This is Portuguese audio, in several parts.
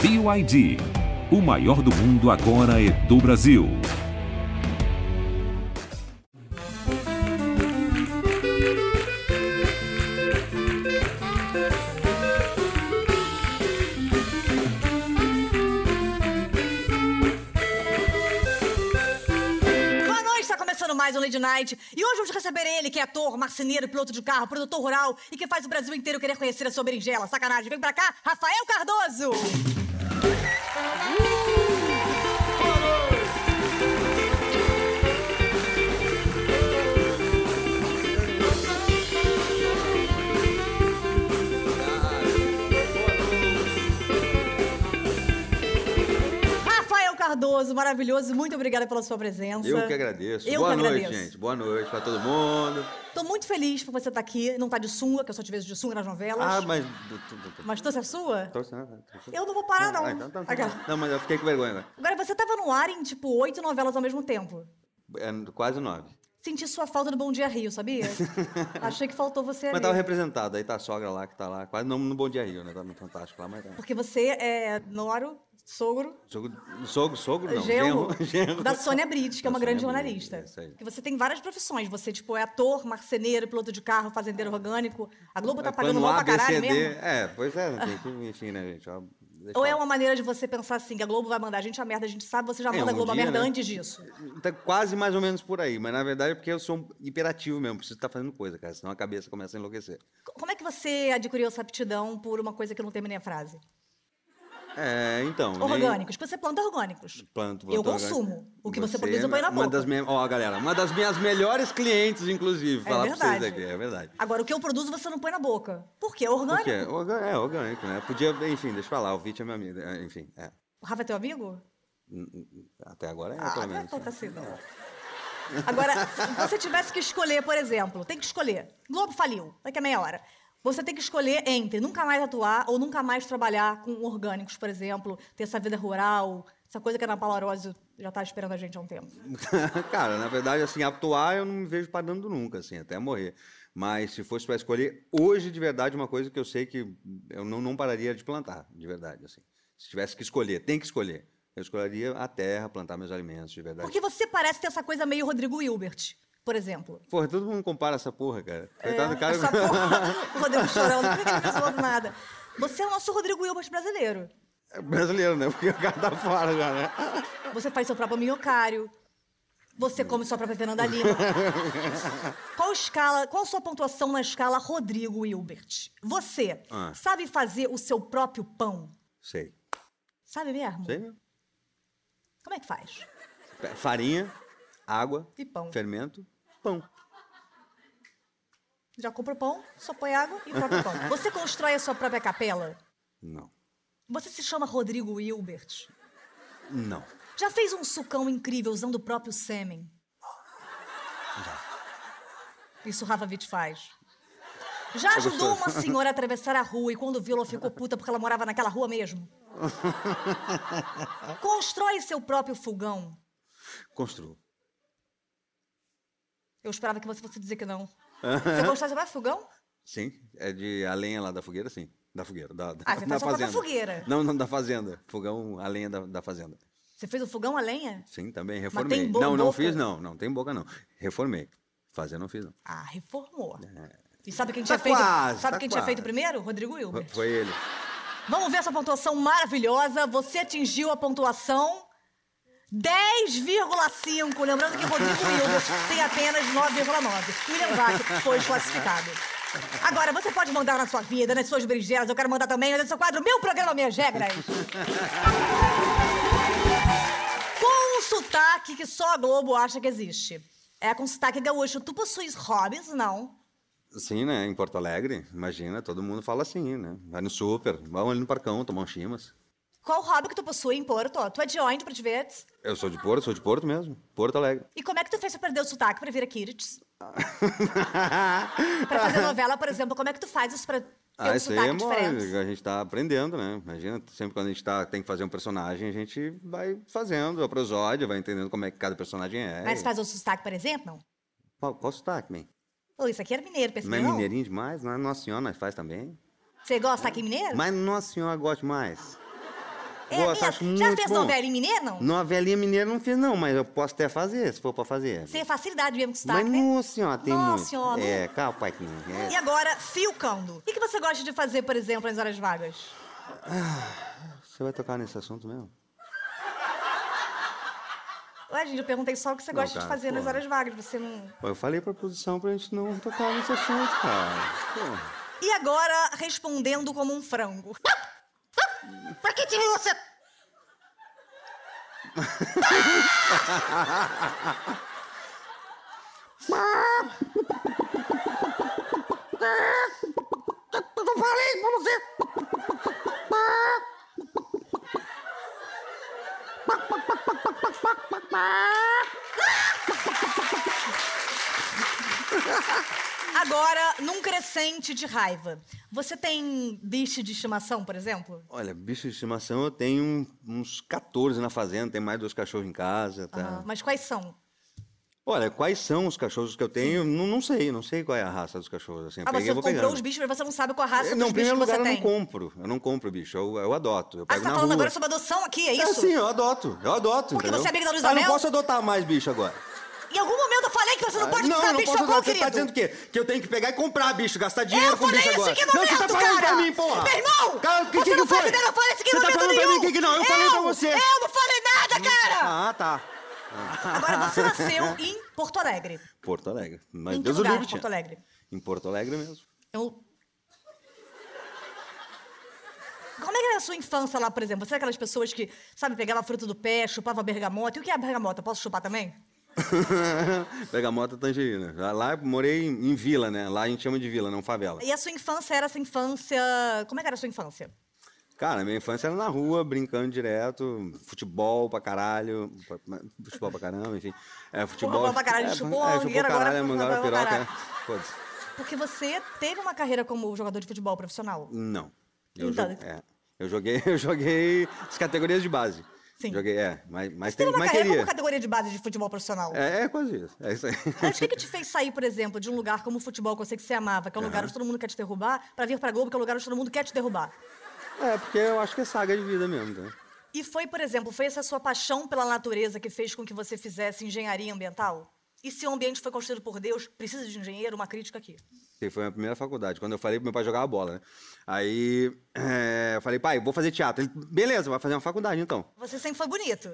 BYD. O maior do mundo agora é do Brasil. Boa noite, está começando mais um Lady Night. E hoje vamos receber ele, que é ator, marceneiro, piloto de carro, produtor rural e que faz o Brasil inteiro querer conhecer a sua berinjela. Sacanagem, vem pra cá, Rafael Cardoso! Rafael Cardoso, maravilhoso, muito obrigada pela sua presença. Eu que agradeço. Eu que Boa noite, agradeço. gente. Boa noite pra todo mundo. Tô muito feliz por você estar aqui, não tá de sunga, que eu só te vejo de sunga nas novelas. Ah, mas. Mas trouxe a sua? Tô- tô- tô- Eu não vou parar, não. Ah, então- então- Aquela. Não, mas eu fiquei com vergonha agora. Agora, você tava no ar em, tipo, oito novelas ao mesmo tempo. É, quase nove. Senti sua falta no Bom Dia Rio, sabia? Achei que faltou você ali. Mas tava representado. Aí tá a sogra lá que tá lá. Quase não no Bom Dia Rio, né? Tá no Fantástico lá, mas tá. Porque você é noro, sogro, Sogro, sogro, sogro não. genro, Genro. genro. da Sônia Bride, que é Da uma grande Sônia Bride, jornalista. é isso aí. Que você tem várias profissões. Você, tipo, é ator, marceneiro, piloto de carro, fazendeiro orgânico. A Globo tá Mas pagando plano mal A, pra B, caralho C, D. mesmo. É, pois é. Tem que, enfim, né, gente? Ó, deixa Ou é lá. uma maneira de você pensar assim, que a Globo vai mandar a gente a merda, a gente sabe, você já É, manda a um Globo a dia, merda né? antes disso. Tá quase mais ou menos por aí, mas na verdade é porque eu sou um hiperativo mesmo, preciso estar fazendo coisa, cara, senão a cabeça começa a enlouquecer. Co- Como é que você adquiriu essa aptidão por uma coisa que eu não terminei a frase? É, então. nem- Orgânicos, porque você planta orgânicos. Planto, Eu planto consumo. orgânico. é O que você produz, eu ponho na uma boca. Das minhas, ó, galera, uma das minhas melhores clientes, inclusive, falar pra vocês verdade. aqui, é verdade. Agora, o que eu produzo, você não põe na boca. Por quê? É Por orgânico. quê? Orga- É, orgânico, né? Podia, enfim, deixa eu falar, o Vit é meu amigo, é, enfim, é. O Rafa é teu amigo? N- n- Até agora é, Ah, pelo não é menos. tanta assim, não. Agora, se você tivesse que escolher, por exemplo, tem que escolher. Globo faliu, daqui a meia hora. Você tem que escolher entre nunca mais atuar ou nunca mais trabalhar com orgânicos, por exemplo, ter essa vida rural, essa coisa que a Ana Paula Arósio já tá esperando a gente há um tempo. Cara, na verdade, assim, atuar eu não me vejo parando nunca, assim, até morrer. Mas se fosse para escolher hoje, de verdade, uma coisa que eu sei que eu não, não pararia de plantar, de verdade, assim. Se tivesse que escolher, tem que escolher. Eu escolheria a terra, plantar meus alimentos, de verdade. Porque você parece ter essa coisa meio Rodrigo Hilbert, por exemplo. Porra, todo mundo compara essa porra, cara. Coitado do tá É, cara. é Essa porra, o Rodrigo chorando, por que ele não zoou do nada? Você é o nosso Rodrigo Hilbert brasileiro. É brasileiro, né? Porque o cara tá fora já, né? Você faz seu próprio minhocário. Você come sua própria Fernanda Lima. qual escala, qual a sua pontuação na escala Rodrigo Hilbert? Você Ah. sabe fazer o seu próprio pão? Sei. Sabe mesmo? Sei mesmo. Como é que faz? Pe- Farinha, água, E pão. fermento, pão. Já compra o pão, só põe água e o próprio pão. Você constrói a sua própria capela? Não. Você se chama Rodrigo Hilbert? Não. Já fez um sucão incrível usando o próprio sêmen? Isso o Rafa Witt faz. Já ajudou uma senhora a atravessar a rua e quando viu ela ficou puta porque ela morava naquela rua mesmo? Constrói seu próprio fogão. Construo. Eu esperava que você fosse dizer que não. Você constrói seu próprio fogão? Sim. É de a lenha lá da fogueira, sim. Da fogueira. Da, da, Ah, você da faz sua própria fazenda. fogueira. Não, não, da fazenda. Fogão, a lenha da, da fazenda. Você fez o fogão a lenha? Sim, também tem reformei. bo- não, não boca? fiz, não. Não tem boca, não. Reformei. Fazer não fiz, não. Ah, reformou. E sabe quem Tá tinha feito? quase, sabe tá quem tinha feito quase. primeiro? Rodrigo Hilbert. Foi- Foi ele. Vamos ver essa pontuação maravilhosa. Você atingiu a pontuação 10,5. Lembrando que Rodrigo Hilbert tem apenas 9,9. William Vac foi classificado. Agora, você pode mandar na sua vida, nas suas berinjelas. Eu quero mandar também no seu quadro Meu Programa Minhas Regras. Com um sotaque que só a Globo acha que existe. É com sotaque gaúcho. Tu possuis hobbies? Não. Sim, né? Em Porto Alegre, imagina, todo mundo fala assim, né? Vai no super, vão ali no parcão, tomar um chimas. Qual hobby que tu possui em Porto? Tu é de onde, pra te ver? Eu sou de Porto, sou de Porto mesmo. Porto Alegre. E como é que tu fez pra perder o sotaque pra vir a Kiritz? Pra fazer novela, por exemplo, como é que tu faz isso pra ter Ah, um isso aí sotaque é mole. diferente? A gente tá aprendendo, né? Imagina, sempre quando a gente tá, tem que fazer um personagem, a gente vai fazendo a prosódia, vai entendendo como é que cada personagem é. Mas faz outro sotaque, por exemplo, não? Qual, qual sotaque, man? Ô, isso aqui era mineiro, percebeu? Não é mineirinho demais? Não é Nossa Senhora, nós faz também. Você gosta de sotaque mineiro? Mas Nossa Senhora gosta mais. É Boa, mesmo? acho Já muito fez bom. novela em mineiro, não? Novelinha mineira eu não fiz, não, mas eu posso até fazer, se for pra fazer. Sem é facilidade mesmo com sotaque, mas, né? nossa senhora, tem Nossa muito. senhora, É, calma, pai, que não. é. E agora, filcando. O que que você gosta de fazer, por exemplo, nas horas vagas? Você vai tocar nesse assunto mesmo? Ué, gente, eu perguntei só o que você Não, gosta de cara, fazer nas porra. horas vagas. Você não. Pô, Eu falei pra produção pra gente não tocar nesse assunto, cara. Pô, E agora, respondendo como um frango. Pra que time você Eu não falei pra você! Agora, num crescente de raiva. Você tem bicho de estimação, por exemplo? Olha, bicho de estimação, eu tenho um- uns 14 na fazenda, tem mais dois cachorros em casa, tá? Aham. Mas quais são? Olha, quais são os cachorros que eu tenho? Não, não sei, não sei qual é a raça dos cachorros. Assim, eu Ah, peguei, você eu vou comprou pegando. os bichos, mas você não sabe qual a raça Eu- Não, dos bichos em primeiro que lugar, você eu tem. não compro. Eu não compro bicho, eu, eu adoto. Eu ah, pego você tá na falando rua. agora sobre adoção aqui, é isso? Ah, sim, eu adoto. Eu adoto. Porque entendeu? você é amiga da Luísa Ah, não Mel? posso adotar mais bicho agora. Em algum momento eu falei que você não pode Ah, não, ficar eu não bicho posso socão, adotar. Você querido. tá dizendo o quê? Que eu tenho que pegar e comprar bicho, gastar dinheiro Eu com falei bicho isso agora. em que não, você tá momento, falando cara? pra mim, porra. Meu irmão, Cara, o que, você que não que faz foi? ideia, não fala isso aqui em Você tá momento falando pra mim nenhum. o que, que não? Eu, falei pra você. Eu não falei nada, cara! Ah, tá. Agora, você nasceu em Porto Alegre. Porto Alegre. Mas em que Deus o lugar, livre, Porto tia. Alegre? Em Porto Alegre mesmo. Eu... Como é que era a sua infância lá, por exemplo? Você era aquelas pessoas que, sabe, pegava fruta do pé, chupava bergamota. E o que é bergamota? Posso chupar também? Bergamota Tangerina. Já Lá eu morei em, em vila, né? Lá a gente chama de vila, não favela. E a sua infância era essa infância... Como é que era a sua infância? Cara, minha infância era na rua, brincando direto, futebol pra caralho, pra- pra- futebol pra caramba, enfim. É, futebol. Futebol pra caralho, é, chupou, é, mangueira, chupou agora caralho, futebol mangava pra piroca, caralho. né? Foda-se. Porque você teve uma carreira como jogador de futebol profissional. Não. Eu, Então, jo- é. eu joguei, eu joguei as categorias de base. Sim. Joguei, é, mas, mas, Teve tem, uma mas carreira queria. como categoria de base de futebol profissional. É, é quase isso. É isso aí. Mas o que, que te fez sair, por exemplo, de um lugar como o futebol, que eu sei que você amava, que é um lugar onde todo mundo quer te derrubar, pra vir pra Globo, que é um lugar onde todo mundo quer te derrubar? É, porque eu acho que é saga de vida mesmo, tá? E foi, por exemplo, foi essa sua paixão pela natureza que fez com que você fizesse engenharia ambiental? E se o ambiente foi construído por Deus, precisa de um engenheiro? Uma crítica aqui. Sim, foi a minha primeira faculdade, quando eu falei pro meu pai jogar a bola, né? Aí eh, eu falei, pai, vou fazer teatro. Ele, beleza, vai fazer uma faculdade então. Você sempre foi bonito.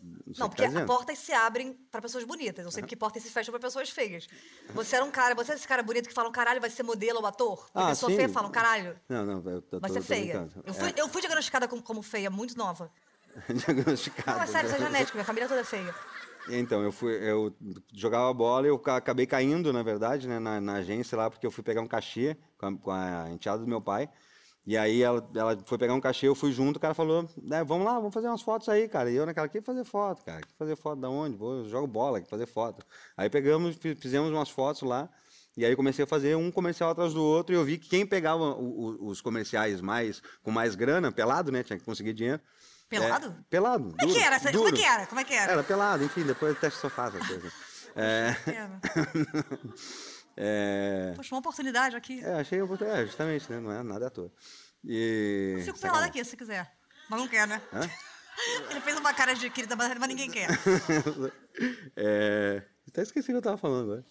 Não, sei Não, o que porque tá dizendo. portas se abrem pra pessoas bonitas. Eu sei que portas se fecham pra pessoas feias. Você era um cara, você é esse cara bonito que falam, caralho, vai ser modelo ou ator. Porque Ah, pessoa sim. feia falam, caralho, Não, não, eu tô, vai tô- ser tô é feia. brincando. Eu fui, eu fui diagnosticada como, como feia, muito nova. É, diagnosticado. Não, é sério, isso é genético, minha família toda é feia. Então, eu fui, eu jogava bola e eu ca- acabei caindo, na verdade, né, na, na agência lá, porque eu fui pegar um cachê com a, com a enteada do meu pai. E aí ela, ela foi pegar um cachê, eu fui junto, o cara falou, né, vamos lá, vamos fazer umas fotos aí, cara. E eu naquela, que fazer foto, cara? Que fazer foto da onde? Vou, eu jogo bola, que fazer foto. Aí pegamos, fi- fizemos umas fotos lá, e aí eu comecei a fazer um comercial atrás do outro, e eu vi que quem pegava o- o- os comerciais mais, com mais grana, pelado, né, tinha que conseguir dinheiro. é, Pelado? pelado. Como é que era? essa- Como é que era? Como é que era? Era pelado, enfim, depois teste sofá, essas coisas. É, Pena. é, Poxa, uma oportunidade aqui. é, achei a oportunidade, é, justamente, né? Não é nada à toa. E. Fico pelado sacanagem. aqui, se quiser. Mas não quer, né? Hã? Ele fez uma cara de querida, mas mas ninguém quer. é, até esqueci o que eu tava falando agora.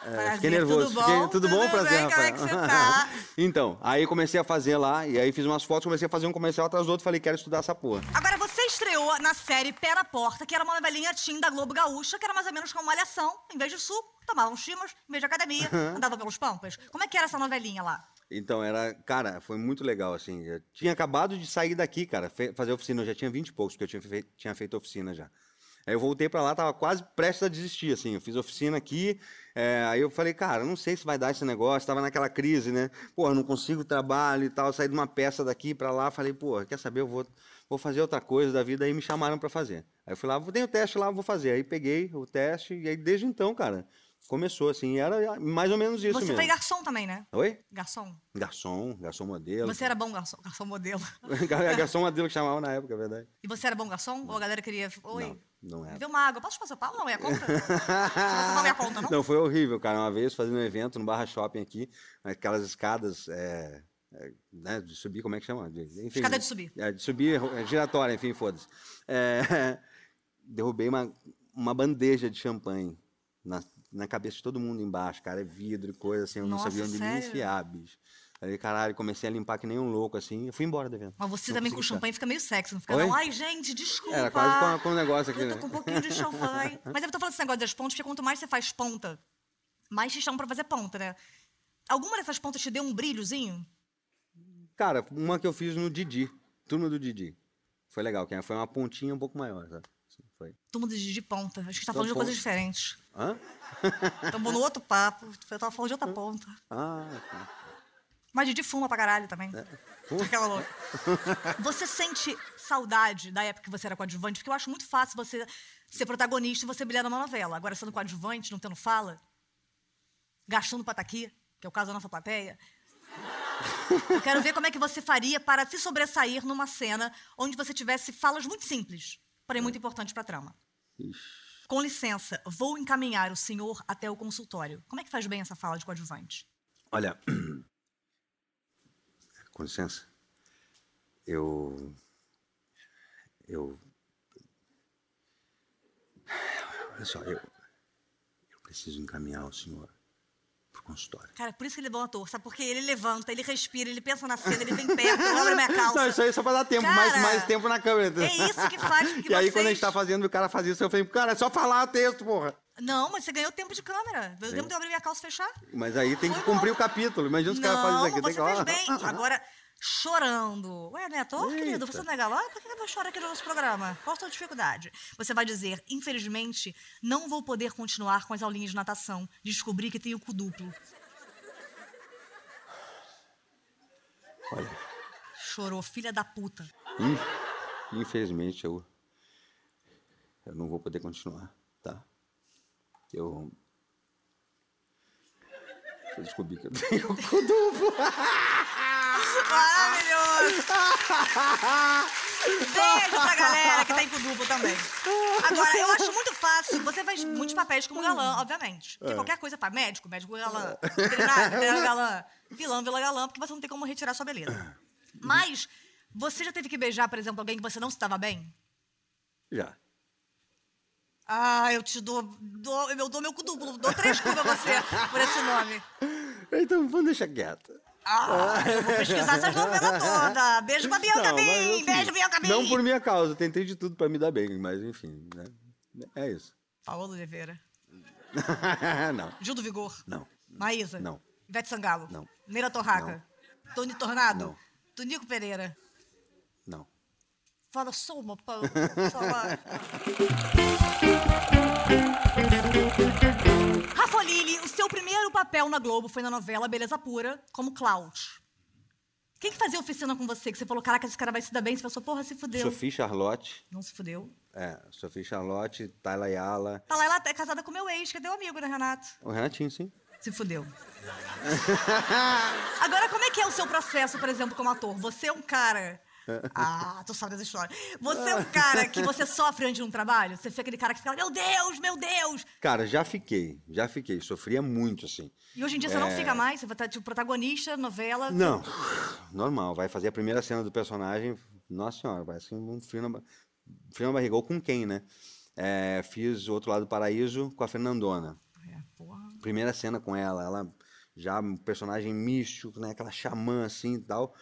Prazer, Fiquei nervoso. Tudo bom? Fiquei- tudo bom, prazer, bem? Como é que você Rafael? tá? então, aí comecei a fazer lá, e aí fiz umas fotos, comecei a fazer um comercial atrás do outro, falei, quero estudar essa porra. Agora, você estreou na série Pé na Porta, que era uma novelinha teen da Globo Gaúcha, que era mais ou menos como malhação. Em vez de suco, tomavam chimas, em vez de academia, andava pelos pampas. Como é que era essa novelinha lá? Então, era, cara, foi muito legal, assim. Eu tinha acabado de sair daqui, cara, fe- fazer oficina. Eu já tinha 20 e poucos, porque eu tinha, fe- tinha feito oficina já. Aí eu voltei pra lá, tava quase prestes a desistir, assim. Eu fiz oficina aqui, é, aí eu falei, cara, eu não sei se vai dar esse negócio. Tava naquela crise, né? Pô, eu não consigo trabalho e tal. Saí de uma peça daqui pra lá, falei, pô, quer saber? Eu vou, vou fazer outra coisa da vida. Aí me chamaram pra fazer. Aí eu fui lá, tem o teste lá, vou fazer. Aí peguei o teste, e aí desde então, cara, começou, assim. Era mais ou menos isso você mesmo. foi garçom também, né? Oi? Garçom. Garçom, garçom modelo. Você era bom garçom, garçom modelo. Gar- garçom modelo que chamavam na época, é verdade. E você era bom garçom? Ou a galera queria. Oi? Não, não Me era. Deu uma água. Posso te passar pau? Não, é a conta? Você não é a conta, não? Não, foi horrível, cara. Uma vez fazendo um evento no Barra Shopping aqui, naquelas escadas é, é, né, de subir, como é que chama? De, enfim, Escada de subir. É, de subir, ro- é, giratória, enfim, foda-se. É, derrubei uma, uma bandeja de champanhe na, na cabeça de todo mundo embaixo, cara, é vidro e coisa assim, eu não Nossa, sabia onde me sério? enfiar, bicho. Aí, caralho, comecei a limpar que nem um louco, assim, eu fui embora da venda. Mas você Não também com consegui ficar. champanhe fica meio sexy, não fica? Oi? Não. Ai, gente, desculpa. Era quase com, a- com um negócio aqui, Eu né? tô com um pouquinho de champanhe. Mas eu tô falando esse negócio das pontas, porque quanto mais você faz ponta, mais te chamam pra fazer ponta, né? Alguma dessas pontas te deu um brilhozinho? Cara, uma que eu fiz no Didi, turma do Didi. Foi legal, que foi uma pontinha um pouco maior, sabe? Assim, Foi. Turma de de ponta. Acho que a gente tá Da falando de coisas ponta. diferentes. Hã? Tamo no outro papo. Eu tava falando de Hum. outra ponta. Ah, tá. Mas Didi fuma pra caralho também. Aquela louca. Você sente saudade da época que você era coadjuvante? Porque eu acho muito fácil você ser protagonista e você brilhar numa novela. Agora, sendo coadjuvante, não tendo fala, gastando pataqui, que é o caso da nossa plateia. Eu quero ver como é que você faria para se sobressair numa cena onde você tivesse falas muito simples, porém muito importantes para a trama. Ixi. Com licença, vou encaminhar o senhor até o consultório. Como é que faz bem essa fala de coadjuvante? Olha, com licença, eu. Eu. Olha só, eu. Eu preciso encaminhar o senhor pro consultório. Cara, por isso que ele é bom ator, sabe? Porque ele levanta, ele respira, ele pensa na cena, ele vem perto, ele abre minha calça. Não, isso aí é só pra dar tempo, mais, Cara, mais tempo na câmera. entendeu? é isso que faz com que E aí, vocês- quando a gente tá fazendo, o cara faz isso, eu falei, cara, é só falar texto, porra. Não, mas você ganhou tempo de câmera. Deu tempo de eu abrir minha calça e fechar. Mas aí tem que Foi bom. cumprir o capítulo. Imagina os caras fazem Não, isso aqui. você tem que... fez bem. Agora, chorando. Ué, não é ator, querido? Você não é galã? Por que eu vou chorar aqui no nosso programa? Qual a sua dificuldade? Você vai dizer, infelizmente, não vou poder continuar com as aulinhas de natação. Descobri que tenho cu duplo. Olha, Chorou, filha da puta. Infelizmente, eu, eu não vou poder continuar, tá? Eu. Eu descobri que eu tenho o cu duplo. Ah, Maravilhoso! Beijo pra galera que tá em Cudubo também. Agora, eu acho muito fácil. Você faz muitos papéis como galã, obviamente. É. Porque qualquer coisa faz. Médico, médico galã. Veterinário, veterinário galã. Vilão, vilã galã, porque você não tem como retirar sua beleza. Mas, você já teve que beijar, por exemplo, alguém que você não se dava bem? Já. Ah, eu te dou. dou eu dou meu cudubo, dou três cu pra você por esse nome. Então, vamos deixar quieto. Ah, eu vou pesquisar essas novelas todas. Beijo pra Bianca Não, mas é o Bin! seguinte, Beijo, Bianca Bin! Não por minha causa, eu tentei de tudo pra me dar bem, mas enfim, né? É isso. Paola Oliveira. não, Gil do Vigor. não. Maísa. Não. Ivete Sangalo. Não. Neira Torraca. Tony Tornado. Não. Tonico Pereira. Não. Fala, sou uma... pa- sou uma- Rafa Lili, o seu primeiro papel na Globo foi na novela Beleza Pura, como Clout. Quem que fazia oficina com você? Que você falou, caraca, esse cara vai se dar bem. Você pensou, porra, se fudeu. Sophie Charlotte. Não se fudeu. É, Sophie Charlotte, Tayla Yala. Tá lá, ela é casada com meu ex, que é teu amigo, né, Renato? O Renatinho, sim. Se fudeu. Agora, como é que é o seu processo, por exemplo, como ator? Você é um cara. Ah, tu sabe dessa história. Você é um cara que você sofre antes de um trabalho? Você fica aquele cara que fica, meu Deus, meu Deus! Cara, já fiquei, já fiquei. Sofria muito, assim. E hoje em dia você não fica mais, você vai estar tipo protagonista, novela. Não, normal. Vai fazer a primeira cena do personagem. Nossa senhora, vai assim, um frio na, ba- frio na barriga. Ou com quem, né? É, fiz O Outro Lado do Paraíso com a Fernandona. É, porra. Primeira cena com ela. Ela já um personagem místico, né? Aquela xamã assim e tal.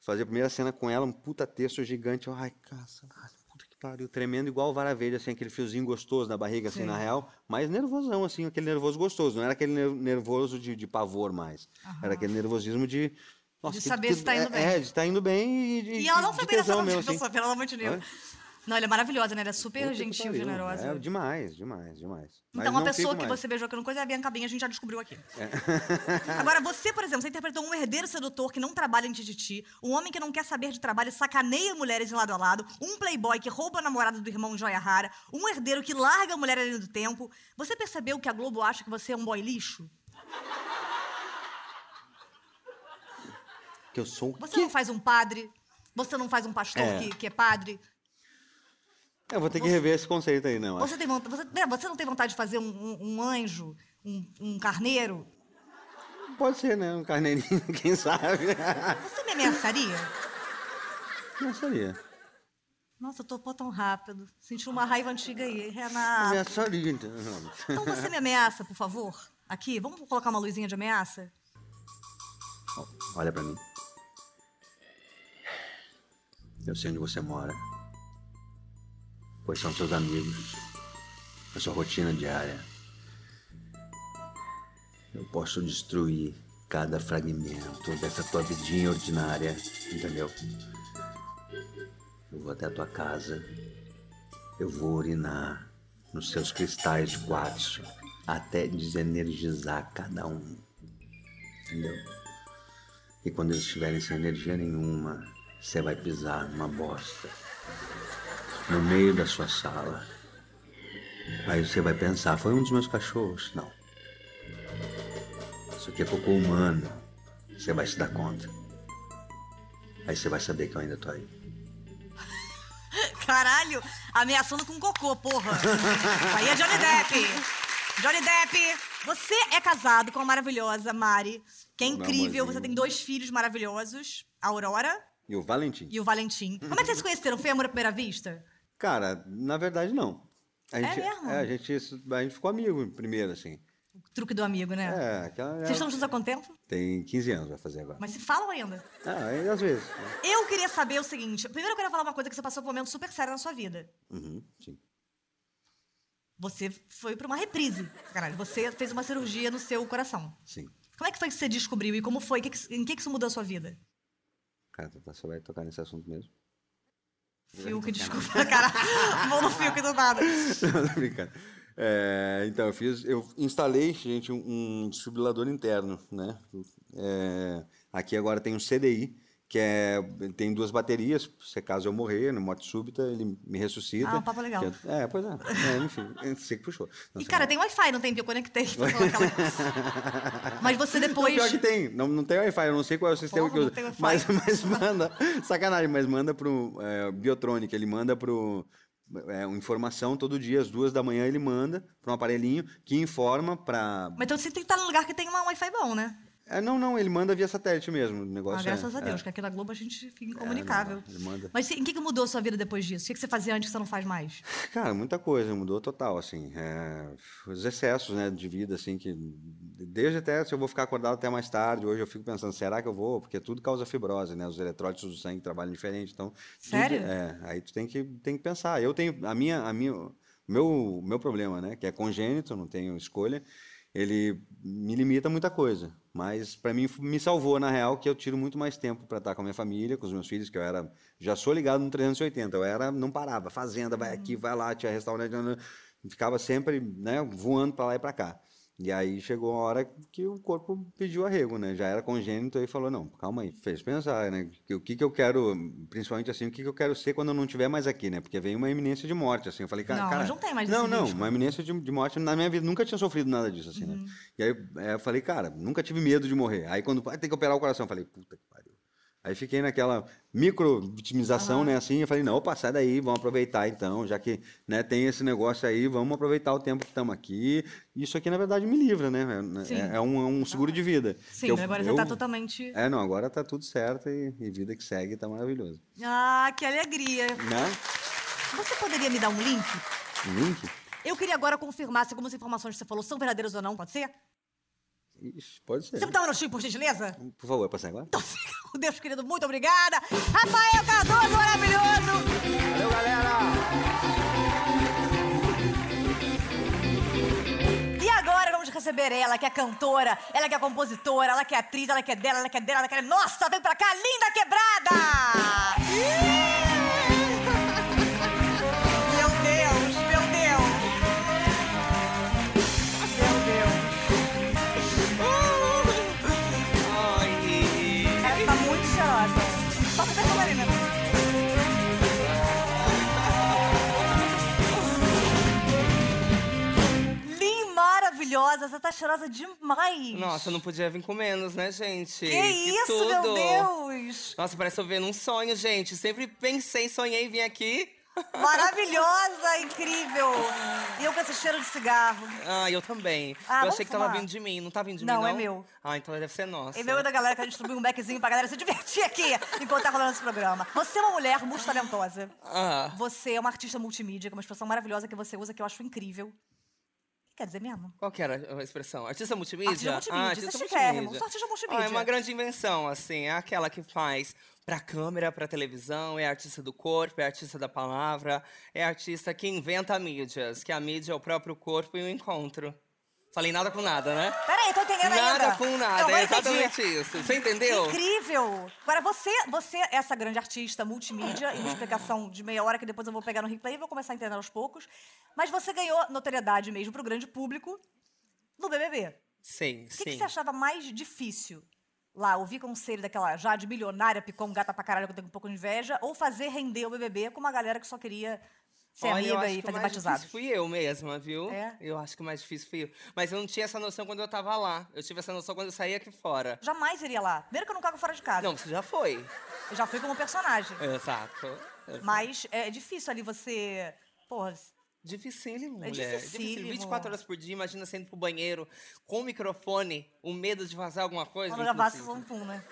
Fazer a primeira cena com ela, um puta texto gigante. eu, Ai, caça, puta que pariu. Tremendo igual vara verde, assim, aquele fiozinho gostoso na barriga, assim, Sim. na real. Mas nervosão, assim, aquele nervoso gostoso. Não era aquele ner- nervoso de, de pavor mais. Era aquele nervosismo de. De tem- saber tem- se tá indo é, bem. É, de tá indo bem e de. E ela não de foi bem nessa tesão novela, mesmo, assim. pelo amor de Deus. Hã? Não, ela é maravilhosa, né? Ela é super Puta que gentil, pariu. generosa. É, demais, demais, demais. Mas Então, uma não pessoa fico que mais. você beijou que eu não conhecia é a Bianca Bin, a gente já descobriu aqui. É. Agora, você, por exemplo, você interpretou um herdeiro sedutor que não trabalha em Tititi, um homem que não quer saber de trabalho e sacaneia mulheres de lado a lado, um playboy que rouba a namorada do irmão em Joia Rara, um herdeiro que larga a mulher além do tempo. Você percebeu que a Globo acha que você é um boy lixo? Que eu sou o Você quê? não faz um padre? Você não faz um pastor É. que, que é padre? Eu vou ter que rever esse conceito aí, não. Você, tem vontade, você, né, você não tem vontade de fazer um, um- um anjo? Um, um carneiro? Pode ser, né? Um carneirinho, quem sabe? Você me ameaçaria? Não seria. Nossa, topou tão rápido. Senti Ah, uma raiva antiga é. aí, Renato. Ameaçaria, então. Então você me ameaça, por favor? Aqui, vamos colocar uma luzinha de ameaça? Olha pra mim. Eu sei onde você mora. Quais são seus amigos. A sua rotina diária. Eu posso destruir cada fragmento dessa tua vidinha ordinária, entendeu? Eu vou até a tua casa. Eu vou urinar nos seus cristais de quartzo até desenergizar cada um. Entendeu? E quando eles estiverem sem energia nenhuma, você vai pisar numa bosta. No meio da sua sala. Aí você vai pensar, foi um dos meus cachorros? Não. Isso aqui é cocô humano. Você vai se dar conta. Aí você vai saber que eu ainda tô aí. Caralho, ameaçando com cocô, porra. Aí é Johnny Depp. Johnny Depp, você é casado com a maravilhosa Mari, que é incrível. Namorzinho. Você tem dois filhos maravilhosos, a Aurora E o Valentim? e o Valentim. Como é que vocês se conheceram? Foi amor à primeira vista? Cara, na verdade, não. A É gente, mesmo? a gente, a gente ficou amigo primeiro, assim. O truque do amigo, né? É, aquela. Vocês estão juntos há quanto tempo? Tem 15 anos, vai fazer agora. Mas se falam ainda. Ah, é, às vezes. Eu queria saber o seguinte. Primeiro eu queria falar uma coisa que você passou por um momento super sério na sua vida. Uhum, sim. Você foi pra uma reprise. Caralho, você fez uma cirurgia no seu coração. Sim. Como é que foi que você descobriu e como foi? Que que- em que, que isso mudou a sua vida? Cara, tá- você vai tocar nesse assunto mesmo? Fiuk, desculpa, cara. Vou no Fiuk do nada. Não, tô brincando. É, então, eu fiz. Eu instalei, gente, um, um desfibrilador interno, né? É, aqui agora tem um CDI, que é, tem duas baterias. Se caso eu morrer, no morte súbita, ele me ressuscita. Ah, um papo legal. Que eu- é, pois é. É, enfim, você que puxou. Não E, sei cara, como. tem Wi-Fi, não tem? Porque eu conectei. pra colocar lá. Mas você Não, pior depois... que tem. Não, não tem Wi-Fi, eu não sei qual é o sistema Porra, que não usa. tem Wi-Fi. Mas, mas manda. Sacanagem, mas manda pro é, Biotronic, ele manda pro. É, uma informação todo dia, às duas da manhã, ele manda para um aparelhinho que informa para. Mas então você tem que estar num lugar que tem um Wi-Fi bom, né? É, não, não, ele manda via satélite mesmo. O negócio Ah, graças é, a Deus, é. que aqui na Globo a gente fica incomunicável. não, ele manda. Mas se- em que, que mudou a sua vida depois disso? O que, que você fazia antes que você não faz mais? Cara, muita coisa mudou total, assim. é, os excessos, né, de vida, assim, que desde até se eu vou ficar acordado até mais tarde, hoje eu fico pensando, será que eu vou? Porque tudo causa fibrose, né? Os eletrólitos do sangue trabalham diferente, então... tudo- Sério? é, aí tu tem que, tem que pensar. Eu tenho, a minha, a minha, o meu, o meu problema, né, que é congênito, não tenho escolha, ele me limita a muita coisa, mas para mim me salvou na real que eu tiro muito mais tempo para estar com a minha família, com os meus filhos, que eu era já sou ligado no 380, eu era não parava, fazenda, vai aqui, vai lá, tinha restaurante, né, né, ficava sempre, né, voando para lá e para cá. E aí chegou uma hora que o corpo pediu arrego, né? Já era congênito e falou: "Não, calma aí, fez pensar, né? Que- O que que eu quero, principalmente assim, o que que eu quero ser quando eu não estiver mais aqui, né? Porque veio uma iminência de morte, assim. Eu falei: "Cara, Não, cara, mas não tem mais Não, esse não, risco. uma iminência de, de morte na minha vida. Nunca tinha sofrido nada disso, assim, Uhum. né? E aí é, eu falei, cara, nunca tive medo de morrer. Aí quando ah, tem que operar o coração, eu falei, puta que pariu. Aí fiquei naquela micro-vitimização, né? Assim, eu falei, não, opa, sai daí, vamos aproveitar então, já que né, tem esse negócio aí, vamos aproveitar o tempo que estamos aqui. Isso aqui, na verdade, me livra, né? É- Sim. É, é um, é um seguro de vida. Sim, Que eu- agora você eu- tá totalmente... É, não, agora tá tudo certo e, e vida que segue tá maravilhoso. Ah, que alegria. Né? Você poderia me dar um link? Link? Eu queria agora confirmar se algumas informações que você falou são verdadeiras ou não, pode ser? Ixi, pode ser. Você me dá um minutinho, por gentileza? Por favor, é pra sair agora? Então fica com Deus, querido. Muito obrigada. Rafael Cardoso, maravilhoso. Valeu, galera! E agora vamos receber ela, que é cantora, ela que é compositora, ela que é atriz, ela que é dela, ela que é dela, ela que é... Nossa, vem pra cá, linda quebrada! meu Deus, meu Deus. Meu Deus. Ela tá muito cheirosa. Passa pra Camarina. Lin, maravilhosa, você tá cheirosa demais. Nossa, eu não podia vir com menos, né, gente? Que, isso, meu Deus. Nossa, parece eu vendo um sonho, gente. Sempre pensei, sonhei em vir aqui. Maravilhosa, incrível. E eu com esse cheiro de cigarro. Ah, eu também. Ah, eu vamos achei que tava fumar? vindo de mim. Não tá vindo de Não, mim, não? é meu. Ah, então deve ser nossa. E meu e da galera que a gente distribuiu um beckzinho pra galera se divertir aqui enquanto tá rolando esse programa. Você é uma mulher muito talentosa. Ah. Você é uma artista multimídia, que é uma expressão maravilhosa que você usa que eu acho incrível. O que quer dizer mesmo? Qual que era a expressão? Artista multimídia? Artista multimídia, Ah, isso artista é chiquérrimo. multimídia. Sou artista Ah, multimídia. é uma grande invenção, assim. É aquela que faz pra câmera, pra televisão, é artista do corpo, é artista da palavra, é artista que inventa mídias, que a mídia é o próprio corpo e o encontro. Falei nada com nada, né? Peraí, tô entendendo ainda. Nada com nada, Eu é agora entendi. exatamente isso. Você entendeu? Incrível! Agora, você, você é essa grande artista multimídia, e uma explicação de meia hora que depois eu vou pegar no replay e vou começar a entender aos poucos. Mas você ganhou notoriedade mesmo pro grande público no BBB. Sim, O que, que sim. você achava mais difícil lá? Ouvir conselho daquela Jade milionária, picou um gata pra caralho que eu tenho um pouco de inveja, ou fazer render o BBB com uma galera que só queria ser Olha, eu amiga acho e que o fazer mais batizado? difícil fui eu mesma, viu? É? Eu acho que o mais difícil fui eu. Mas eu não tinha essa noção quando eu tava lá. Eu tive essa noção quando eu saí aqui fora. Jamais iria lá. Primeiro que eu não cago fora de casa. Não, É, você já foi. Eu já fui como personagem. Exato. Mas é difícil ali você. Porra, Dificílimo, É mulher. Difícil. dificílimo. 24 horas por dia, imagina sendo pro banheiro, com o microfone, o medo de vazar alguma coisa. Amanda Gavassi impossível. falou um pum, né?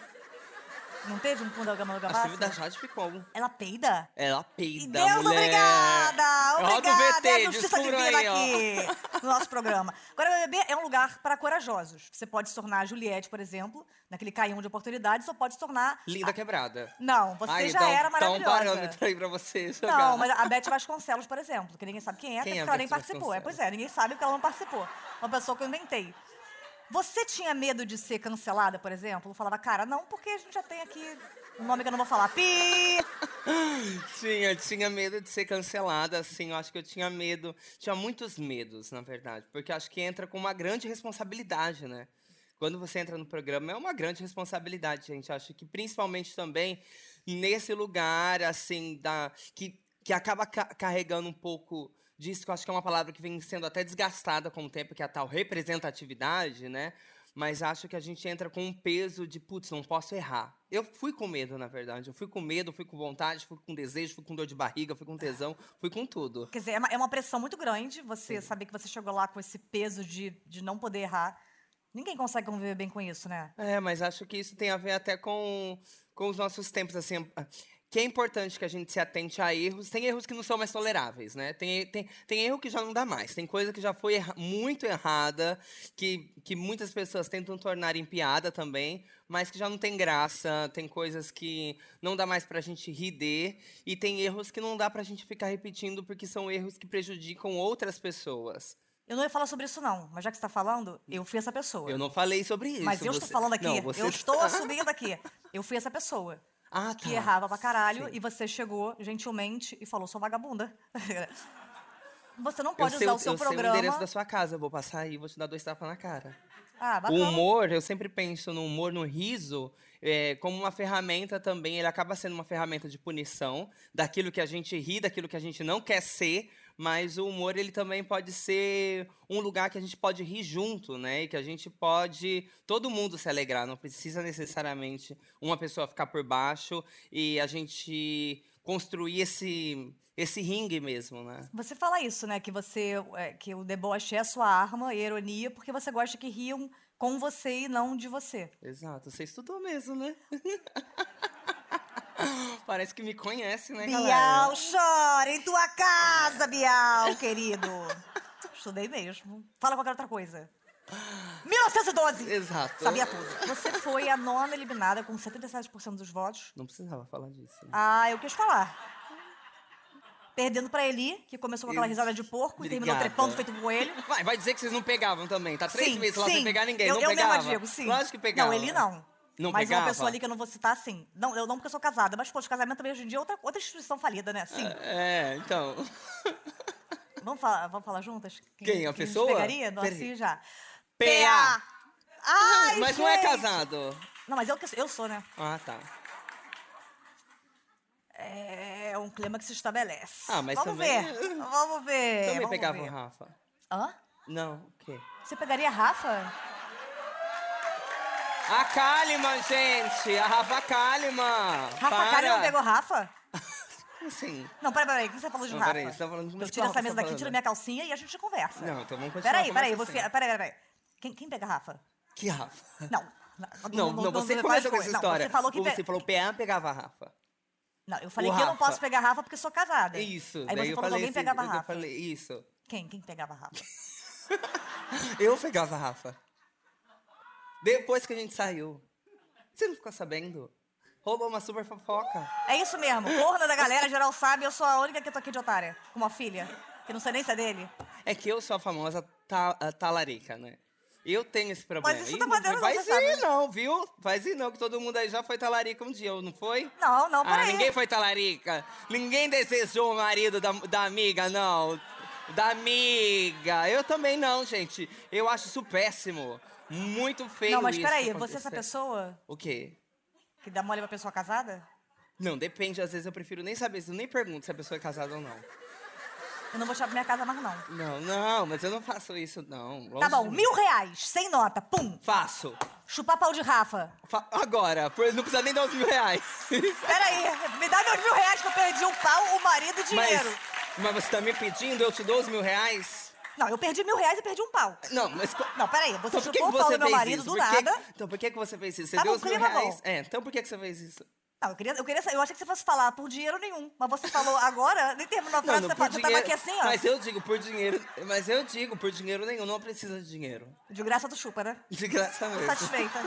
Não teve um pum da Amanda A filha da Gavassi? Jade ficou. Ela peida? Ela E peida, Deus, mulher. obrigada! Roda o Obrigada! VT, é a justiça descubra divina aí, ó. aqui no nosso programa. Agora, o BBB é um lugar para corajosos. Você pode se tornar a Juliette, por exemplo, naquele caião de oportunidades, ou pode se tornar... Linda quebrada. Não, você Aí, já dá um- era Dá um maravilhosa. parâmetro aí pra você jogar. Não, mas a Beth Vasconcelos, por exemplo, que ninguém sabe quem é, Quem até é porque ela nem Beth participou. É, pois Vasconcelos? é, ninguém sabe porque ela não participou. Uma pessoa que eu inventei. Você tinha medo de ser cancelada, por exemplo? Eu falava, cara, não, porque a gente já tem aqui um nome que eu não vou falar. Pi! Tinha, tinha medo de ser cancelada, assim. Eu acho que eu tinha medo. Tinha muitos medos, na verdade. Porque eu acho que entra com uma grande responsabilidade, né? Quando você entra no programa, é uma grande responsabilidade, gente. Eu acho que principalmente também nesse lugar, assim, da, que, que acaba ca- carregando um pouco disso, que eu acho que é uma palavra que vem sendo até desgastada com o tempo, que é a tal representatividade, né? Mas acho que a gente entra com um peso de, putz, não posso errar. Eu fui com medo, na verdade. Eu fui com medo, fui com vontade, fui com desejo, fui com dor de barriga, fui com tesão, fui com tudo. Quer dizer, é uma, é uma pressão muito grande você saber que você chegou lá com esse peso de, de não poder errar. Ninguém consegue conviver bem com isso, né? É, mas acho que isso tem a ver até com, com os nossos tempos, assim. a- Que é importante que a gente se atente a erros. Tem erros que não são mais toleráveis, né? Tem, tem, tem erro que já não dá mais. Tem coisa que já foi erra- muito errada, que, que muitas pessoas tentam tornar em piada também, mas que já não tem graça. Tem coisas que não dá mais pra gente rir de. E tem erros que não dá pra gente ficar repetindo, porque são erros que prejudicam outras pessoas. Eu não ia falar sobre isso, não, mas já que você tá falando, eu fui essa pessoa. Eu não falei sobre isso. mas eu estou você- falando aqui, Não, você eu estou tá- assumindo aqui. Eu fui essa pessoa. Ah, Que tá. errava pra caralho Sim. e você chegou gentilmente e falou: sou vagabunda. Você não Eu pode sei, usar o- o seu eu sei programa. o endereço da sua casa, eu vou passar aí e vou te dar dois tapas na cara. Ah, O bacana. humor, eu sempre penso no humor, no riso, é, como uma ferramenta também. Ele acaba sendo uma ferramenta de punição daquilo que a gente ri, daquilo que a gente não quer ser. Mas o humor, ele também pode ser um lugar que a gente pode rir junto, né? E que a gente pode todo mundo se alegrar. Não precisa necessariamente uma pessoa ficar por baixo e a gente construir esse, esse ringue mesmo, né? Você fala isso, né? Que você é, que o deboche é a sua arma e a ironia, porque você gosta que riam com você e não de você. Exato, você estudou mesmo, né? Parece que me conhece, né, Bial, galera? chora em tua casa, Bial, querido. Estudei mesmo. Fala qualquer outra coisa. 1912! Exato. Sabia tudo. Você foi a nona eliminada com 77% dos votos. Não precisava falar disso. né? Ah, eu quis falar. Perdendo pra Eli, que começou com aquela Isso. risada de porco e terminou Obrigada. trepando feito um coelho. Vai, vai dizer que vocês não pegavam também. Tá três sim, meses lá sim. sem pegar ninguém. Eu, não eu pegava. mesma digo, sim. Lógico que pegava. Não, ele não. Não mas pegava? uma pessoa ali que eu não vou citar, sim. Não, eu não porque eu sou casada, mas, pô, de casamento também hoje em dia é outra, outra instituição falida, né? Sim. É, então. Vamos, falar, vamos falar juntas? Quem, a gente pessoa? pegaria? Não, Peraí. assim já. PA. Ai, Mas não é gente. casado. Não, mas eu, que- eu sou, né? Ah, tá. É um clima que se estabelece. Ah, mas vamos também- ver. Vamos ver. também É, vamos pegava o ver. Rafa. Hã? Não, o quê? Você pegaria a Rafa? A Kalimann, gente! A Rafa Kalimann! Rafa Para. Kalimann pegou Rafa? Como assim? Não, peraí, peraí, o que você falou de Não, Rafa? peraí, você tá falando de eu música, tiro Rafa, essa você mesa tá daqui, falando. tiro minha calcinha e a gente conversa. Não, então vamos continuar Peraí, a peraí, conversa você. assim. Peraí, peraí. Quem, quem pega a Rafa? Que Rafa? Não. Não, não, você faz começou com coisa. essa Não, história. Você falou que Ou pe- você falou PA pegava a Rafa. Não, eu falei O que eu não Rafa. posso pegar a Rafa porque eu sou casada. É Isso. É. Aí daí você falou eu que falei alguém assim, pegava a eu Rafa. falei isso. Quem? Quem pegava a Rafa? Eu pegava a Rafa. Depois que a gente saiu. Você não ficou sabendo? Rolou uma super fofoca. É isso mesmo. Corna da galera, geral sabe, eu sou a única que tô aqui de otária. Com uma filha. Que não sei nem se é dele. É que eu sou a famosa ta- a talarica, né? Eu tenho esse problema. isso Ih, tá padrão, não, Vai você sim, sabe, né? não, viu? Vai sim, não, que todo mundo aí já foi talarica um dia, não foi? Não, não, Ah, peraí. ninguém foi talarica. Ninguém desejou o marido da, da amiga, não. Da amiga. Eu também não, gente. Eu acho isso péssimo. Muito feio Não, mas isso peraí, você é essa acontecer. pessoa O quê? que dá mole pra pessoa casada? Não, depende. Às vezes eu prefiro nem saber, eu nem pergunto se a pessoa é casada ou não. Eu não vou tirar pra minha casa mais, não. Não, não, mas eu não faço isso, não. Tá Longe bom, de mim. mil reais, sem nota, pum. Faço. Chupar pau de Rafa. Fa- Agora, por- não precisa nem dar os mil reais. Peraí, me dá meus mil reais que eu perdi um pau, o marido e Mas, dinheiro. mas você tá me pedindo, eu te dou os mil reais? Não, eu perdi mil reais e perdi um pau. Não, mas. co- Não, peraí, você Então por que, chupou que o pau do você meu fez marido isso? do Por que- nada. Então por que, que você fez isso? Você Tava deu um os mil clima bom. reais? É, então por que, que você fez isso? Não, eu, queria, eu, queria, eu achei que você fosse falar por dinheiro nenhum. Mas você falou agora, nem terminou a frase, você, por fa- você tava aqui assim, ó. Mas eu digo por dinheiro. Mas eu digo por dinheiro nenhum, não precisa de dinheiro. De graça tu chupa, né? De graça Tô mesmo. satisfeita.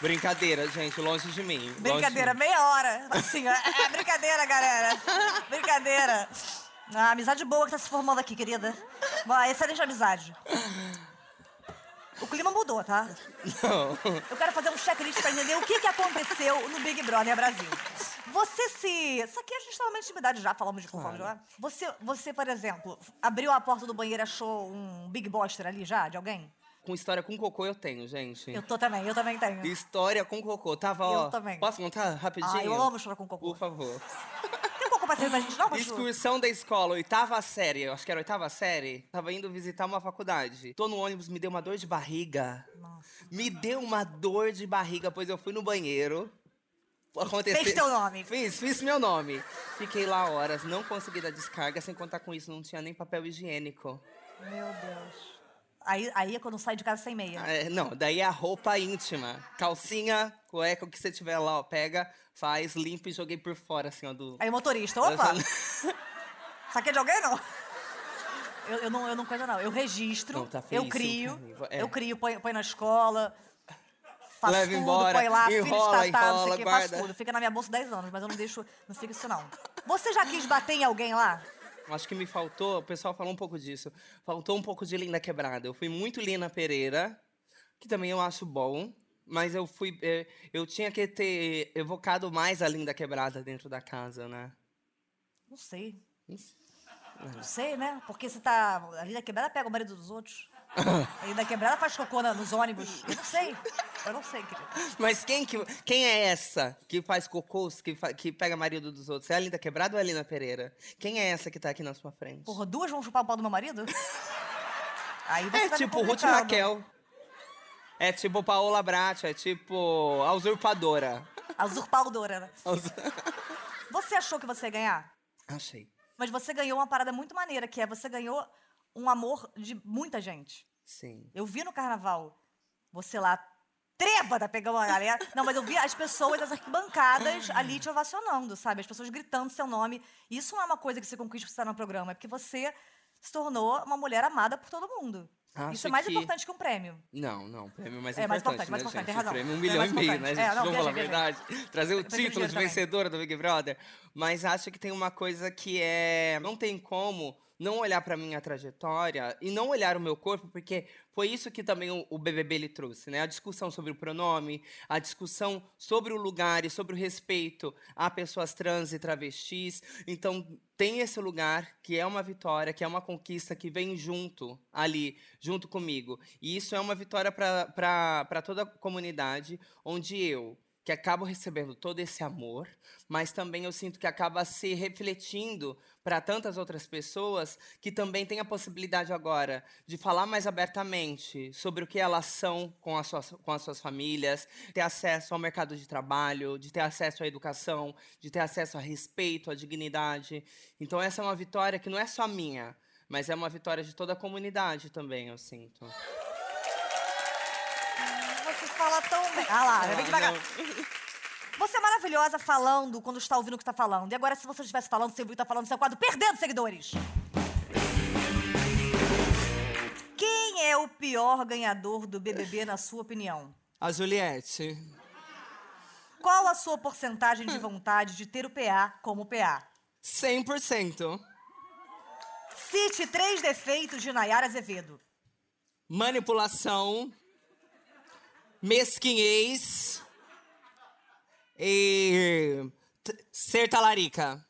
Brincadeira, gente, longe de mim. longe Brincadeira, de mim. meia hora. Assim, ó. é brincadeira, galera. Brincadeira. A amizade boa que tá se formando aqui, querida. Uma excelente amizade. O clima mudou, tá? Não. Eu quero fazer um checklist pra entender o que, que aconteceu no Big Brother Brasil. Você se. Isso aqui a gente tava meio intimidade já, falamos de conforme Claro. já. Você, você, por exemplo, abriu a porta do banheiro e achou um Big Boster ali já, de alguém? Com história com cocô eu tenho, gente. Eu tô também, eu também tenho. História com cocô. Tava, Eu ó. também. Posso contar rapidinho? Ah, eu amo chorar com cocô. Por favor. Tem um cocô pra servir pra gente, não, Pachu? Excursão da escola, oitava série, eu acho que era oitava série. Tava indo visitar uma faculdade. Tô no ônibus, me deu uma dor de barriga. Me deu uma dor de barriga, pois eu fui no banheiro. Aconteceu. Fez teu nome. Fiz, fiz meu nome. Fiquei lá horas, não consegui dar descarga, sem contar com isso, não tinha nem papel higiênico. Meu Deus. Aí, aí é quando sai de casa sem meia. Ah, é, não, daí a roupa íntima. Calcinha, cueca, o que você tiver lá, ó, pega, faz, limpa e joguei por fora, assim, ó, do. Aí o motorista, opa! Dessa- Isso aqui é de alguém, não? Eu, eu não, eu não coisa, não. Eu registro, Não, tá eu feíssimo, crio, Carniva, é. eu crio, põe, põe na escola, faço Leva tudo, embora, põe lá, filho enrola, estatal, não sei enrola, o quê, faço guarda. tudo. Fica na minha bolsa 10 anos, mas eu não deixo, não fica isso, não. Você já quis bater em alguém lá? Acho que me faltou, o pessoal falou um pouco disso. Faltou um pouco de Linda Quebrada. Eu fui muito Lina Pereira, que também eu acho bom, mas eu fui. eh, Eu tinha que ter evocado mais a Linda Quebrada dentro da casa, né? Não sei. Isso. Não sei, né? Porque você tá. Ali na quebrada pega o marido dos outros. Ali na quebrada faz cocô na- nos ônibus. Eu não sei. Eu não sei, querido. Mas quem, que, quem é essa que faz cocôs, que, fa- que pega marido dos outros? É a Linda Quebrada ou é a Lina Pereira? Quem é essa que tá aqui na sua frente? Porra, duas vão chupar o pau do meu marido? Aí você é tá tipo Ruth e complicado. Raquel. É tipo Paola Brat, é tipo a usurpadora. A usurpadora, né? A usu- Você achou que você ia ganhar? Achei. Mas você ganhou uma parada muito maneira, que é você ganhou um amor de muita gente. Sim. Eu vi no carnaval você lá, trêbada, pegando a galera. Não, mas eu vi as pessoas das arquibancadas ali te ovacionando, sabe? As pessoas gritando seu nome. Isso não é uma coisa que você conquista por estar no programa, é porque você se tornou uma mulher amada por todo mundo. Isso Acho é mais que- importante que um prêmio. Não, não, o prêmio é mais É, importante, mais importante, né, mais importante, gente? tem razão. O prêmio é um É, milhão mais e meio, né, importante. gente? É, não, Vamos falar a viajei, viajei. verdade. Trazer o Eu prefiro título de dinheiro também. vencedora do Big Brother. Mas acho que tem uma coisa que é... Não tem como não olhar pra minha trajetória e não olhar o meu corpo, porque foi isso que também o- o BBB ele trouxe, né? A discussão sobre o pronome, a discussão sobre o lugar e sobre o respeito a pessoas trans e travestis. Então, tem esse lugar que é uma vitória, que é uma conquista que vem junto ali, junto comigo. E isso é uma vitória para toda a comunidade, onde eu, que que acabo recebendo todo esse amor, mas também eu sinto que acaba se refletindo para tantas outras pessoas que também têm a possibilidade agora de falar mais abertamente sobre o que elas são com as suas, com as suas famílias, ter acesso ao mercado de trabalho, de ter acesso à educação, de ter acesso a respeito, à dignidade. Então essa é uma vitória que não é só minha, mas é uma vitória de toda a comunidade também, eu sinto. Você fala tão bem. Ah lá, vem devagar. Você é maravilhosa falando quando está ouvindo o que está falando. E agora, se você estivesse falando, você viu tá falando no seu quadro perdendo seguidores. Quem é o pior ganhador do BBB, na sua opinião? A Juliette. Qual a sua porcentagem de vontade de ter o PA como PA? 100%. Cite três defeitos de Nayara Azevedo. Manipulação. Mesquinhez. E. t- Ser talarica.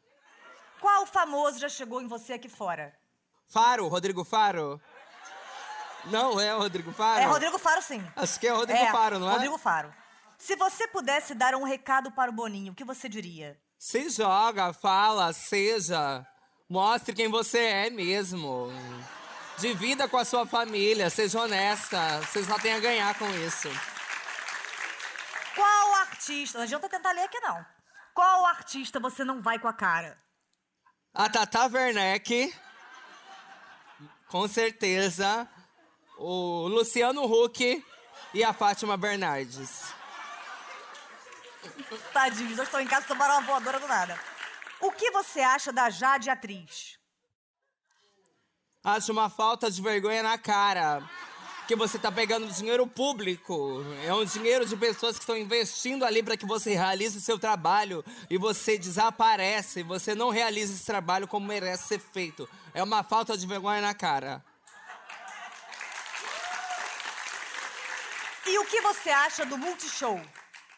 Qual famoso já chegou em você aqui fora? Faro, Rodrigo Faro? Não, é o Rodrigo Faro? É Rodrigo Faro, sim. Acho que é o Rodrigo Faro, não é? Rodrigo Faro. Se você pudesse dar um recado para o Boninho, o que você diria? Se joga, fala, seja. Mostre quem você é mesmo. Divida com a sua família, seja honesta. Você só tem a ganhar com isso. Qual artista. Não adianta tentar ler aqui, não. Qual artista você não vai com a cara? A Tata Werneck, com certeza. O Luciano Huck e a Fátima Bernardes. Tadinho, os dois estão em casa tomaram uma voadora do nada. O que você acha da Jade atriz? Acho uma falta de vergonha na cara. Que você tá pegando dinheiro público. É um dinheiro de pessoas que estão investindo ali para que você realize o seu trabalho. E você desaparece. Você não realiza esse trabalho como merece ser feito. É uma falta de vergonha na cara. E o que você acha do Multishow?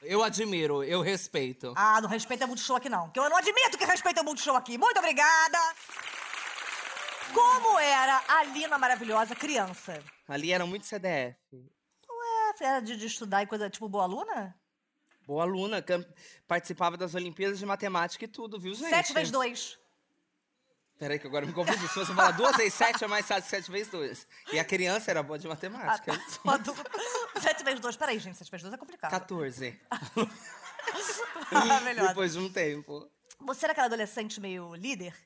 Eu admiro, eu respeito. Ah, não respeita Multishow aqui, não. Que eu não admito que respeita o Multishow aqui. Muito obrigada! Como era a Lina maravilhosa criança? Ali era muito CDF. Ué, era de, de estudar e coisa tipo boa aluna? Boa aluna, cam- participava das Olimpíadas de Matemática e tudo, viu, gente? Sete vezes dois. Peraí, que agora eu me confundi. Se você falar duas vezes sete, é mais fácil que sete vezes dois. E a criança era boa de Ah, matemática. tá. Uma dupla. Sete vezes dois. Peraí, gente, sete vezes dois é complicado. 14. Maravilhosa. Depois de um tempo. Você era aquela adolescente meio líder?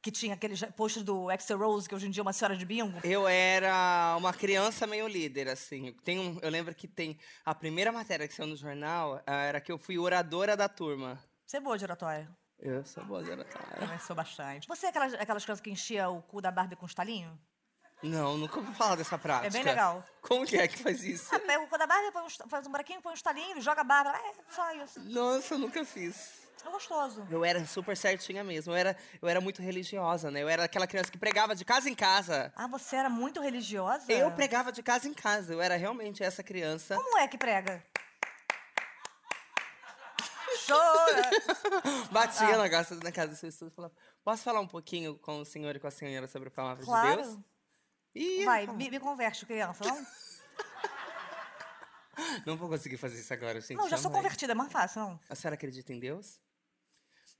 Que tinha aquele ja- post do Axel Rose, que hoje em dia é uma senhora de bingo? Eu era uma criança meio líder, assim. Tem um, eu lembro que tem. A primeira matéria que saiu no jornal ah, era que eu fui oradora da turma. Você é boa de oratória. Eu sou boa de oratória. Também sou bastante. Você é aquelas, aquelas crianças que enchia o cu da Barbie com um estalinho? Não, nunca ouvi falar dessa prática. É legal. Como que é que faz isso? Você pega o cu da Barbie, põe um esta- faz um buraquinho, põe um estalinho, joga a Barbie. É, só isso. Nossa, eu nunca fiz. É gostoso. Eu era super certinha mesmo. Eu era, eu era muito religiosa, né? Eu era aquela criança que pregava de casa em casa. Ah, você era muito religiosa? Eu pregava de casa em casa. Eu era realmente essa criança. Como é que prega? Chora! Batia Ah. na casa, na casa das pessoas e falava: Posso falar um pouquinho com o senhor e com a senhora sobre a palavra de Deus? Claro. E Vai, me, me converte, criança. Não, Não vou conseguir fazer isso agora, gente. não já sou jamais. convertida, é mais fácil, não. A senhora acredita em Deus?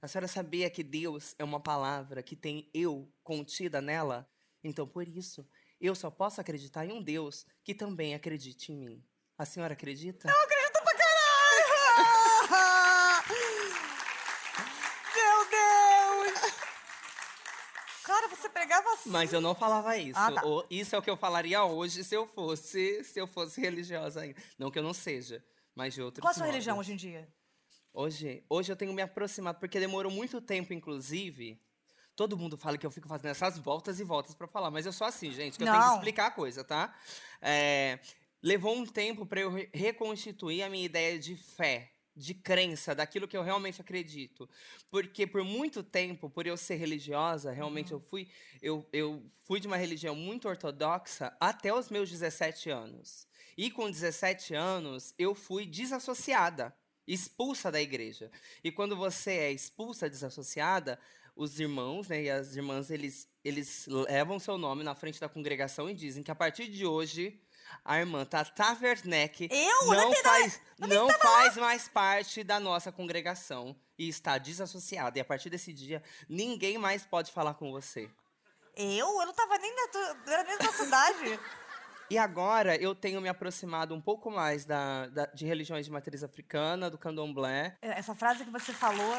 A senhora sabia que Deus é uma palavra que tem eu contida nela? Então, por isso, eu só posso acreditar em um Deus que também acredite em mim. A senhora acredita? Eu acredito pra caralho! Meu Deus! Cara, você pregava assim. Mas eu não falava isso. Ah, tá. O- Isso é o que eu falaria hoje se eu fosse, se eu fosse religiosa ainda. Não que eu não seja, mas de outros Qual a sua modos. religião hoje em dia? Hoje, hoje eu tenho me aproximado, porque demorou muito tempo, inclusive. Todo mundo fala que eu fico fazendo essas voltas e voltas pra falar, mas eu sou assim, gente, que eu tenho que Não. explicar a coisa, tá? É, levou um tempo pra eu re- reconstituir a minha ideia de fé, de crença, daquilo que eu realmente acredito. Porque por muito tempo, por eu ser religiosa, realmente eu fui, eu, eu fui de uma religião muito ortodoxa até os meus 17 anos. E com 17 anos, eu fui desassociada, expulsa da igreja. E quando você é expulsa, desassociada, os irmãos, né, e as irmãs, eles, eles levam seu nome na frente da congregação e dizem que a partir de hoje a irmã Tata Werneck Eu? Eu não nem tava- faz, não faz mais parte da nossa congregação e está desassociada. E a partir desse dia, ninguém mais pode falar com você. Eu? Eu não tava nem na tua, não era nem da tua cidade. E agora eu tenho me aproximado um pouco mais da, da- de religiões de matriz africana, do candomblé. É, Essa frase que você falou,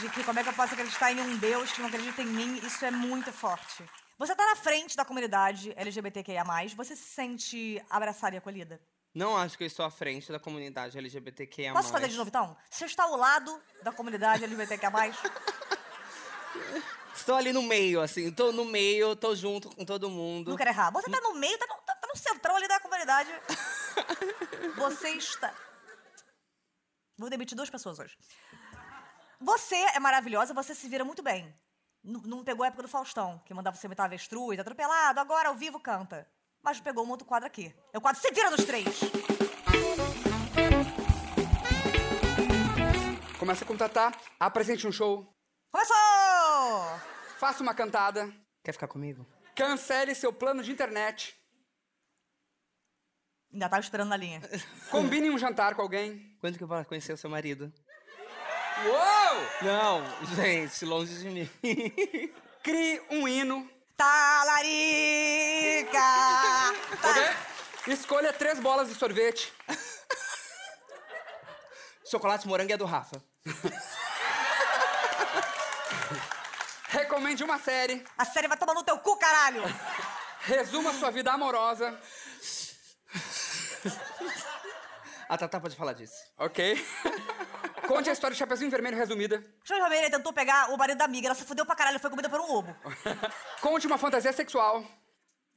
de que como é que eu posso acreditar em um Deus que não acredita em mim, isso é muito forte. Você tá na frente da comunidade LGBTQIA, você se sente abraçada e acolhida? Não acho que eu estou à frente da comunidade LGBTQIA+. Posso fazer de novo então? Você está ao lado da comunidade LGBTQIA. Estou ali no meio, assim. Estou no meio, estou junto com todo mundo. Não quero errar. Você tá no meio, tá no, tá- tá no centrão ali da comunidade. Você está. Vou demitir duas pessoas hoje. Você é maravilhosa, você se vira muito bem. N- não pegou a época do Faustão, que mandava você imitar avestruz, atropelado, agora ao vivo canta. Mas pegou um outro quadro aqui. É o quadro Se Vira nos Três. Começa com Tatá, apresente um show, Começou! faça uma cantada, Quer ficar comigo? cancele seu plano de internet, Ainda tava esperando na linha. combine um jantar com alguém. Quando que eu vou conhecer o seu marido? Uou! Não, gente, longe de mim. Crie um hino. Tá Talarica! Tá. ok? Escolha três bolas de sorvete. Chocolate morango é do Rafa. Recomende uma série. A série vai tomar no teu cu, caralho! Resuma sua vida amorosa. A Tatá pode falar disso. Ok. Conte a história do Chapeuzinho Vermelho resumida. Jorge Romero ele tentou pegar o marido da amiga, ela se fudeu pra caralho, foi comida por um lobo. Conte uma fantasia sexual.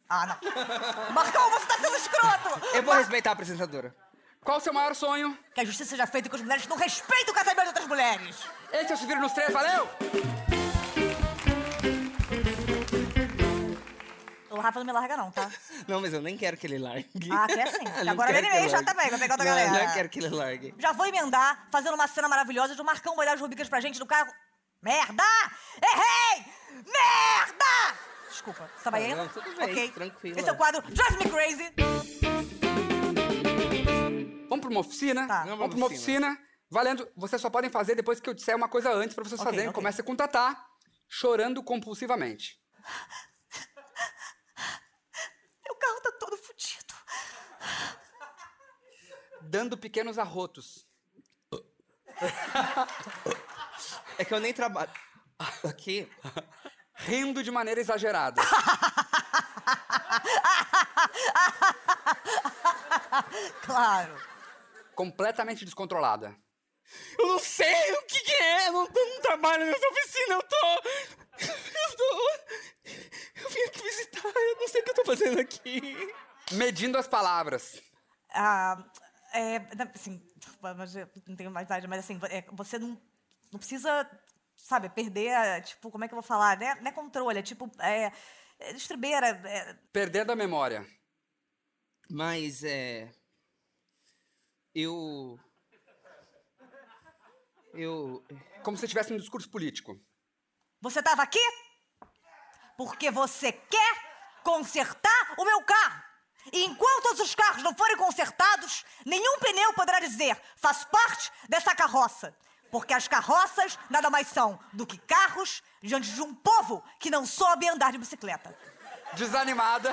Ah, não. Marcão, você tá sendo escroto! Eu vou respeitar a apresentadora. Qual o seu maior sonho? Que a justiça seja feita e que as mulheres não respeitem o casamento de outras mulheres! Esse é o Se Vira nos Três, valeu! O Rafa não me larga, não, tá? Não, mas eu nem quero que ele largue. Ah, quer sim. Eu não Agora quero ele que veio já largue. também, vai pegar outra não, galera. Eu não quero que ele largue. Já vou emendar fazendo uma cena maravilhosa de o Marcão vai dar as rubricas pra gente no carro. Merda! Errei! Merda! Desculpa, você tava Ah, indo? não, tudo bem, Ok. tranquila. Esse é o quadro Drive Me Crazy. Vamos pra uma oficina. Tá. Vamos pra uma oficina. Valendo. Vocês só podem fazer depois que eu disser uma coisa antes pra vocês Ok, fazerem. ok. Começa com Tatá, chorando compulsivamente. Meu carro tá todo fudido. Dando pequenos arrotos. É que eu nem trabalho. Aqui. Rindo de maneira exagerada. Claro. completamente descontrolada. Eu não sei o que, que é. Eu não, eu não trabalho nessa oficina. Eu tô. Eu tô. Eu vim aqui visitar. Eu não sei o que eu tô fazendo aqui. Medindo as palavras. Ah, é, na- assim, mas eu não tenho mais idade, mas assim, é, você não, não precisa, sabe, perder, a, tipo, como é que eu vou falar? Não é, não é controle, é tipo, é, é estribeira, é- Perdendo a memória. Mas é. Eu. Eu. Como se estivesse num discurso político. Você tava aqui porque você quer consertar o meu carro. E enquanto todos os carros não forem consertados, nenhum pneu poderá dizer faz parte dessa carroça. Porque as carroças nada mais são do que carros diante de um povo que não soube andar de bicicleta. Desanimada,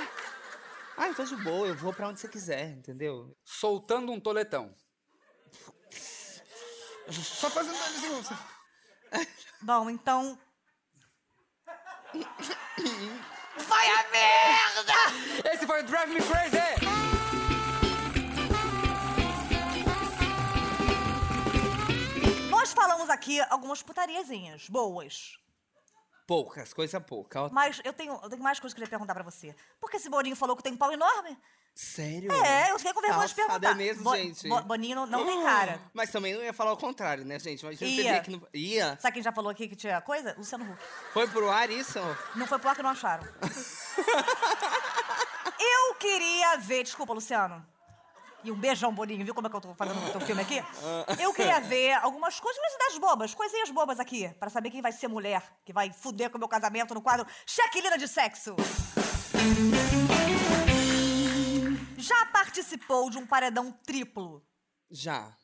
Ah, eu tô de boa. Eu vou pra onde você quiser, entendeu? soltando um toletão. Só fazendo Bom, então. Esse foi o Drive Me Crazy! Nós falamos aqui algumas putariazinhas boas. Poucas, coisa pouca. Ó, Mas eu tenho, eu tenho mais coisas que eu queria perguntar pra você. Por que esse Boninho falou que tem um pau enorme? Sério? É, eu fiquei com vergonha de Calçada perguntar. É mesmo, Bo- gente. Bo- Boninho não, não tem cara. Mas também não ia falar o contrário, né, gente? Mas você Ia. vê que não... Ia. Sabe quem já falou aqui que tinha coisa? Luciano Huck. Foi pro ar isso? Não foi pro ar que não acharam. eu queria ver. Desculpa, Luciano. E um beijão, Boninho, viu como é que eu tô fazendo o teu filme aqui? Eu queria ver algumas coisas, mas das bobas, coisinhas bobas aqui, pra saber quem vai ser mulher, que vai fuder com o meu casamento no quadro Chequilina de Sexo. Já participou de um paredão triplo? Já,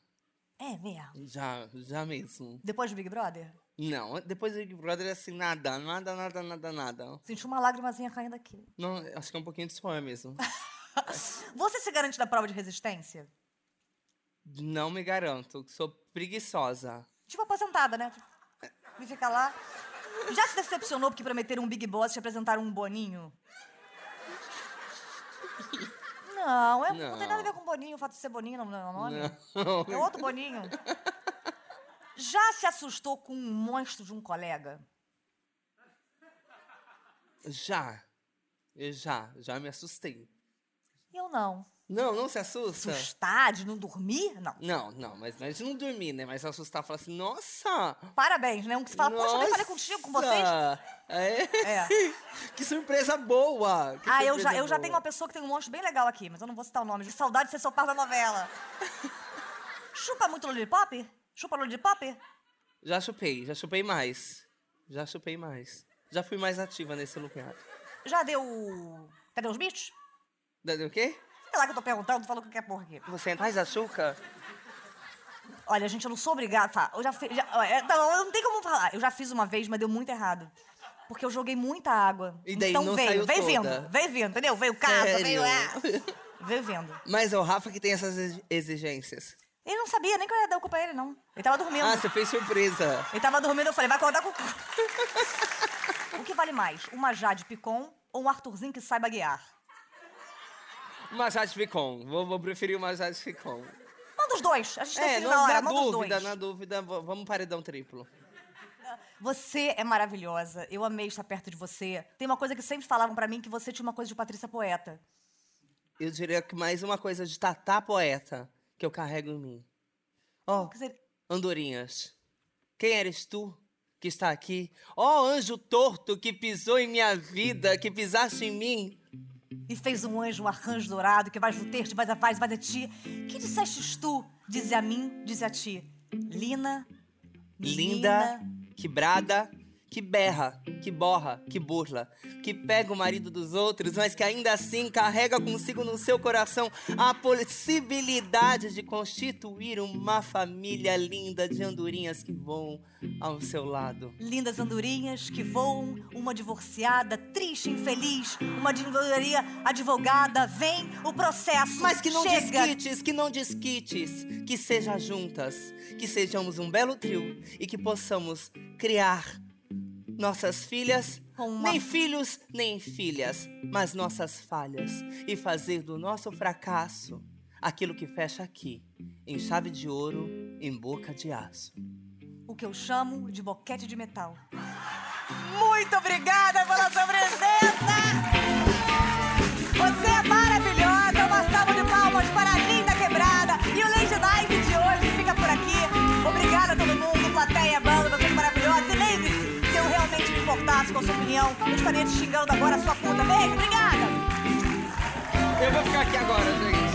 É mesmo. já, já mesmo. Depois do Big Brother? Não, depois do Big Brother, assim, nada, nada, nada, nada, nada. Senti uma lágrimazinha caindo aqui. Não, acho que é um pouquinho de suor mesmo. Você se garante na prova de resistência? Não me garanto, que sou preguiçosa. Tipo aposentada, né? Me fica lá. Já se decepcionou porque prometeram um Big Boss e te apresentaram um Boninho? Não, é, não. tem nada a ver com Boninho, o fato de ser Boninho não não é o nome. Não. É outro Boninho. Já se assustou com um monstro de um colega? Já. Eu já, já me assustei. Eu não. Não, não se assusta? Assustar de não dormir? Não. Não, não, mas não é de não dormir, né? Mas assustar, falar assim, nossa! Parabéns, né? Um que se fala, poxa, eu nem falei contigo, com vocês. nossa, É? É. que surpresa boa! que Ah, eu já, surpresa eu já boa. tenho uma pessoa que tem um monstro bem legal aqui, mas eu não vou citar o nome. De saudade de ser sopar da novela. Chupa muito lollipop? Chupa lollipop? Já chupei, já chupei mais. Já chupei mais. Já fui mais ativa nesse lugar. Já deu... Cadê os bichos? Da- O quê? Sei lá que eu tô perguntando, falou que quer porra aqui. Você faz açúcar? Olha, gente, eu não sou obrigada. Tá, eu já fiz. Já, ó, é, não, eu não tem como falar. Eu já fiz uma vez, mas deu muito errado. Porque eu joguei muita água. E daí então não veio, saiu veio toda. vindo, veio vindo, entendeu? Veio casa, veio. Sério? É, veio vindo. Mas é o Rafa que tem essas exi- exigências. Ele não sabia nem que eu ia dar o cu pra ele, não. Ele tava dormindo. Ah, você fez surpresa. Ele tava dormindo, eu falei, vai acordar com o cu. o que vale mais? Uma Jade Picon ou um Arthurzinho que saiba guiar? Uma Jade Ficon. Vou, vou preferir uma Jade Ficon. Manda os dois. A gente É, decide não, na hora, na manda os dúvida, dois. na dúvida, v- vamos paredão triplo. Você é maravilhosa. Eu amei estar perto de você. Tem uma coisa que sempre falavam pra mim que você tinha uma coisa de Patrícia Poeta. Eu diria que mais uma coisa de Tatá Poeta que eu carrego em mim. Ó, Quer dizer, Andorinhas, quem eres tu que está aqui? Ó anjo torto que pisou em minha vida, que pisaste em mim. e fez um anjo, um arranjo dourado, que vais no texto, vais a paz, vais a ti. Que dissestes tu? Dize a mim, dize a ti. Lina, Linda, menina, que brada, que berra, que borra, que burla, que pega o marido dos outros, mas que ainda assim carrega consigo no seu coração a possibilidade de constituir uma família linda de andorinhas que voam ao seu lado. lindas andorinhas que voam, uma divorciada, triste, infeliz, uma advogaria, advogada, vem o processo. Mas que não chega. desquites, que não desquites, que seja juntas, que sejamos um belo trio e que possamos criar nossas filhas, Com uma- nem filhos, nem filhas, mas nossas falhas e fazer do nosso fracasso aquilo que fecha aqui, em chave de ouro, em boca de aço. O que eu chamo de boquete de metal. Muito obrigada pela sua presença! Você é maravilhosa! Uma salva de palmas para a linda quebrada! E o Lady Night de hoje fica por aqui. Obrigada a todo mundo, plateia, banda, vocês maravilhosos. E lembre-se, se eu realmente me importasse com a sua opinião, eu estaria te xingando agora, sua puta. Beijo, obrigada! Eu vou ficar aqui agora, gente.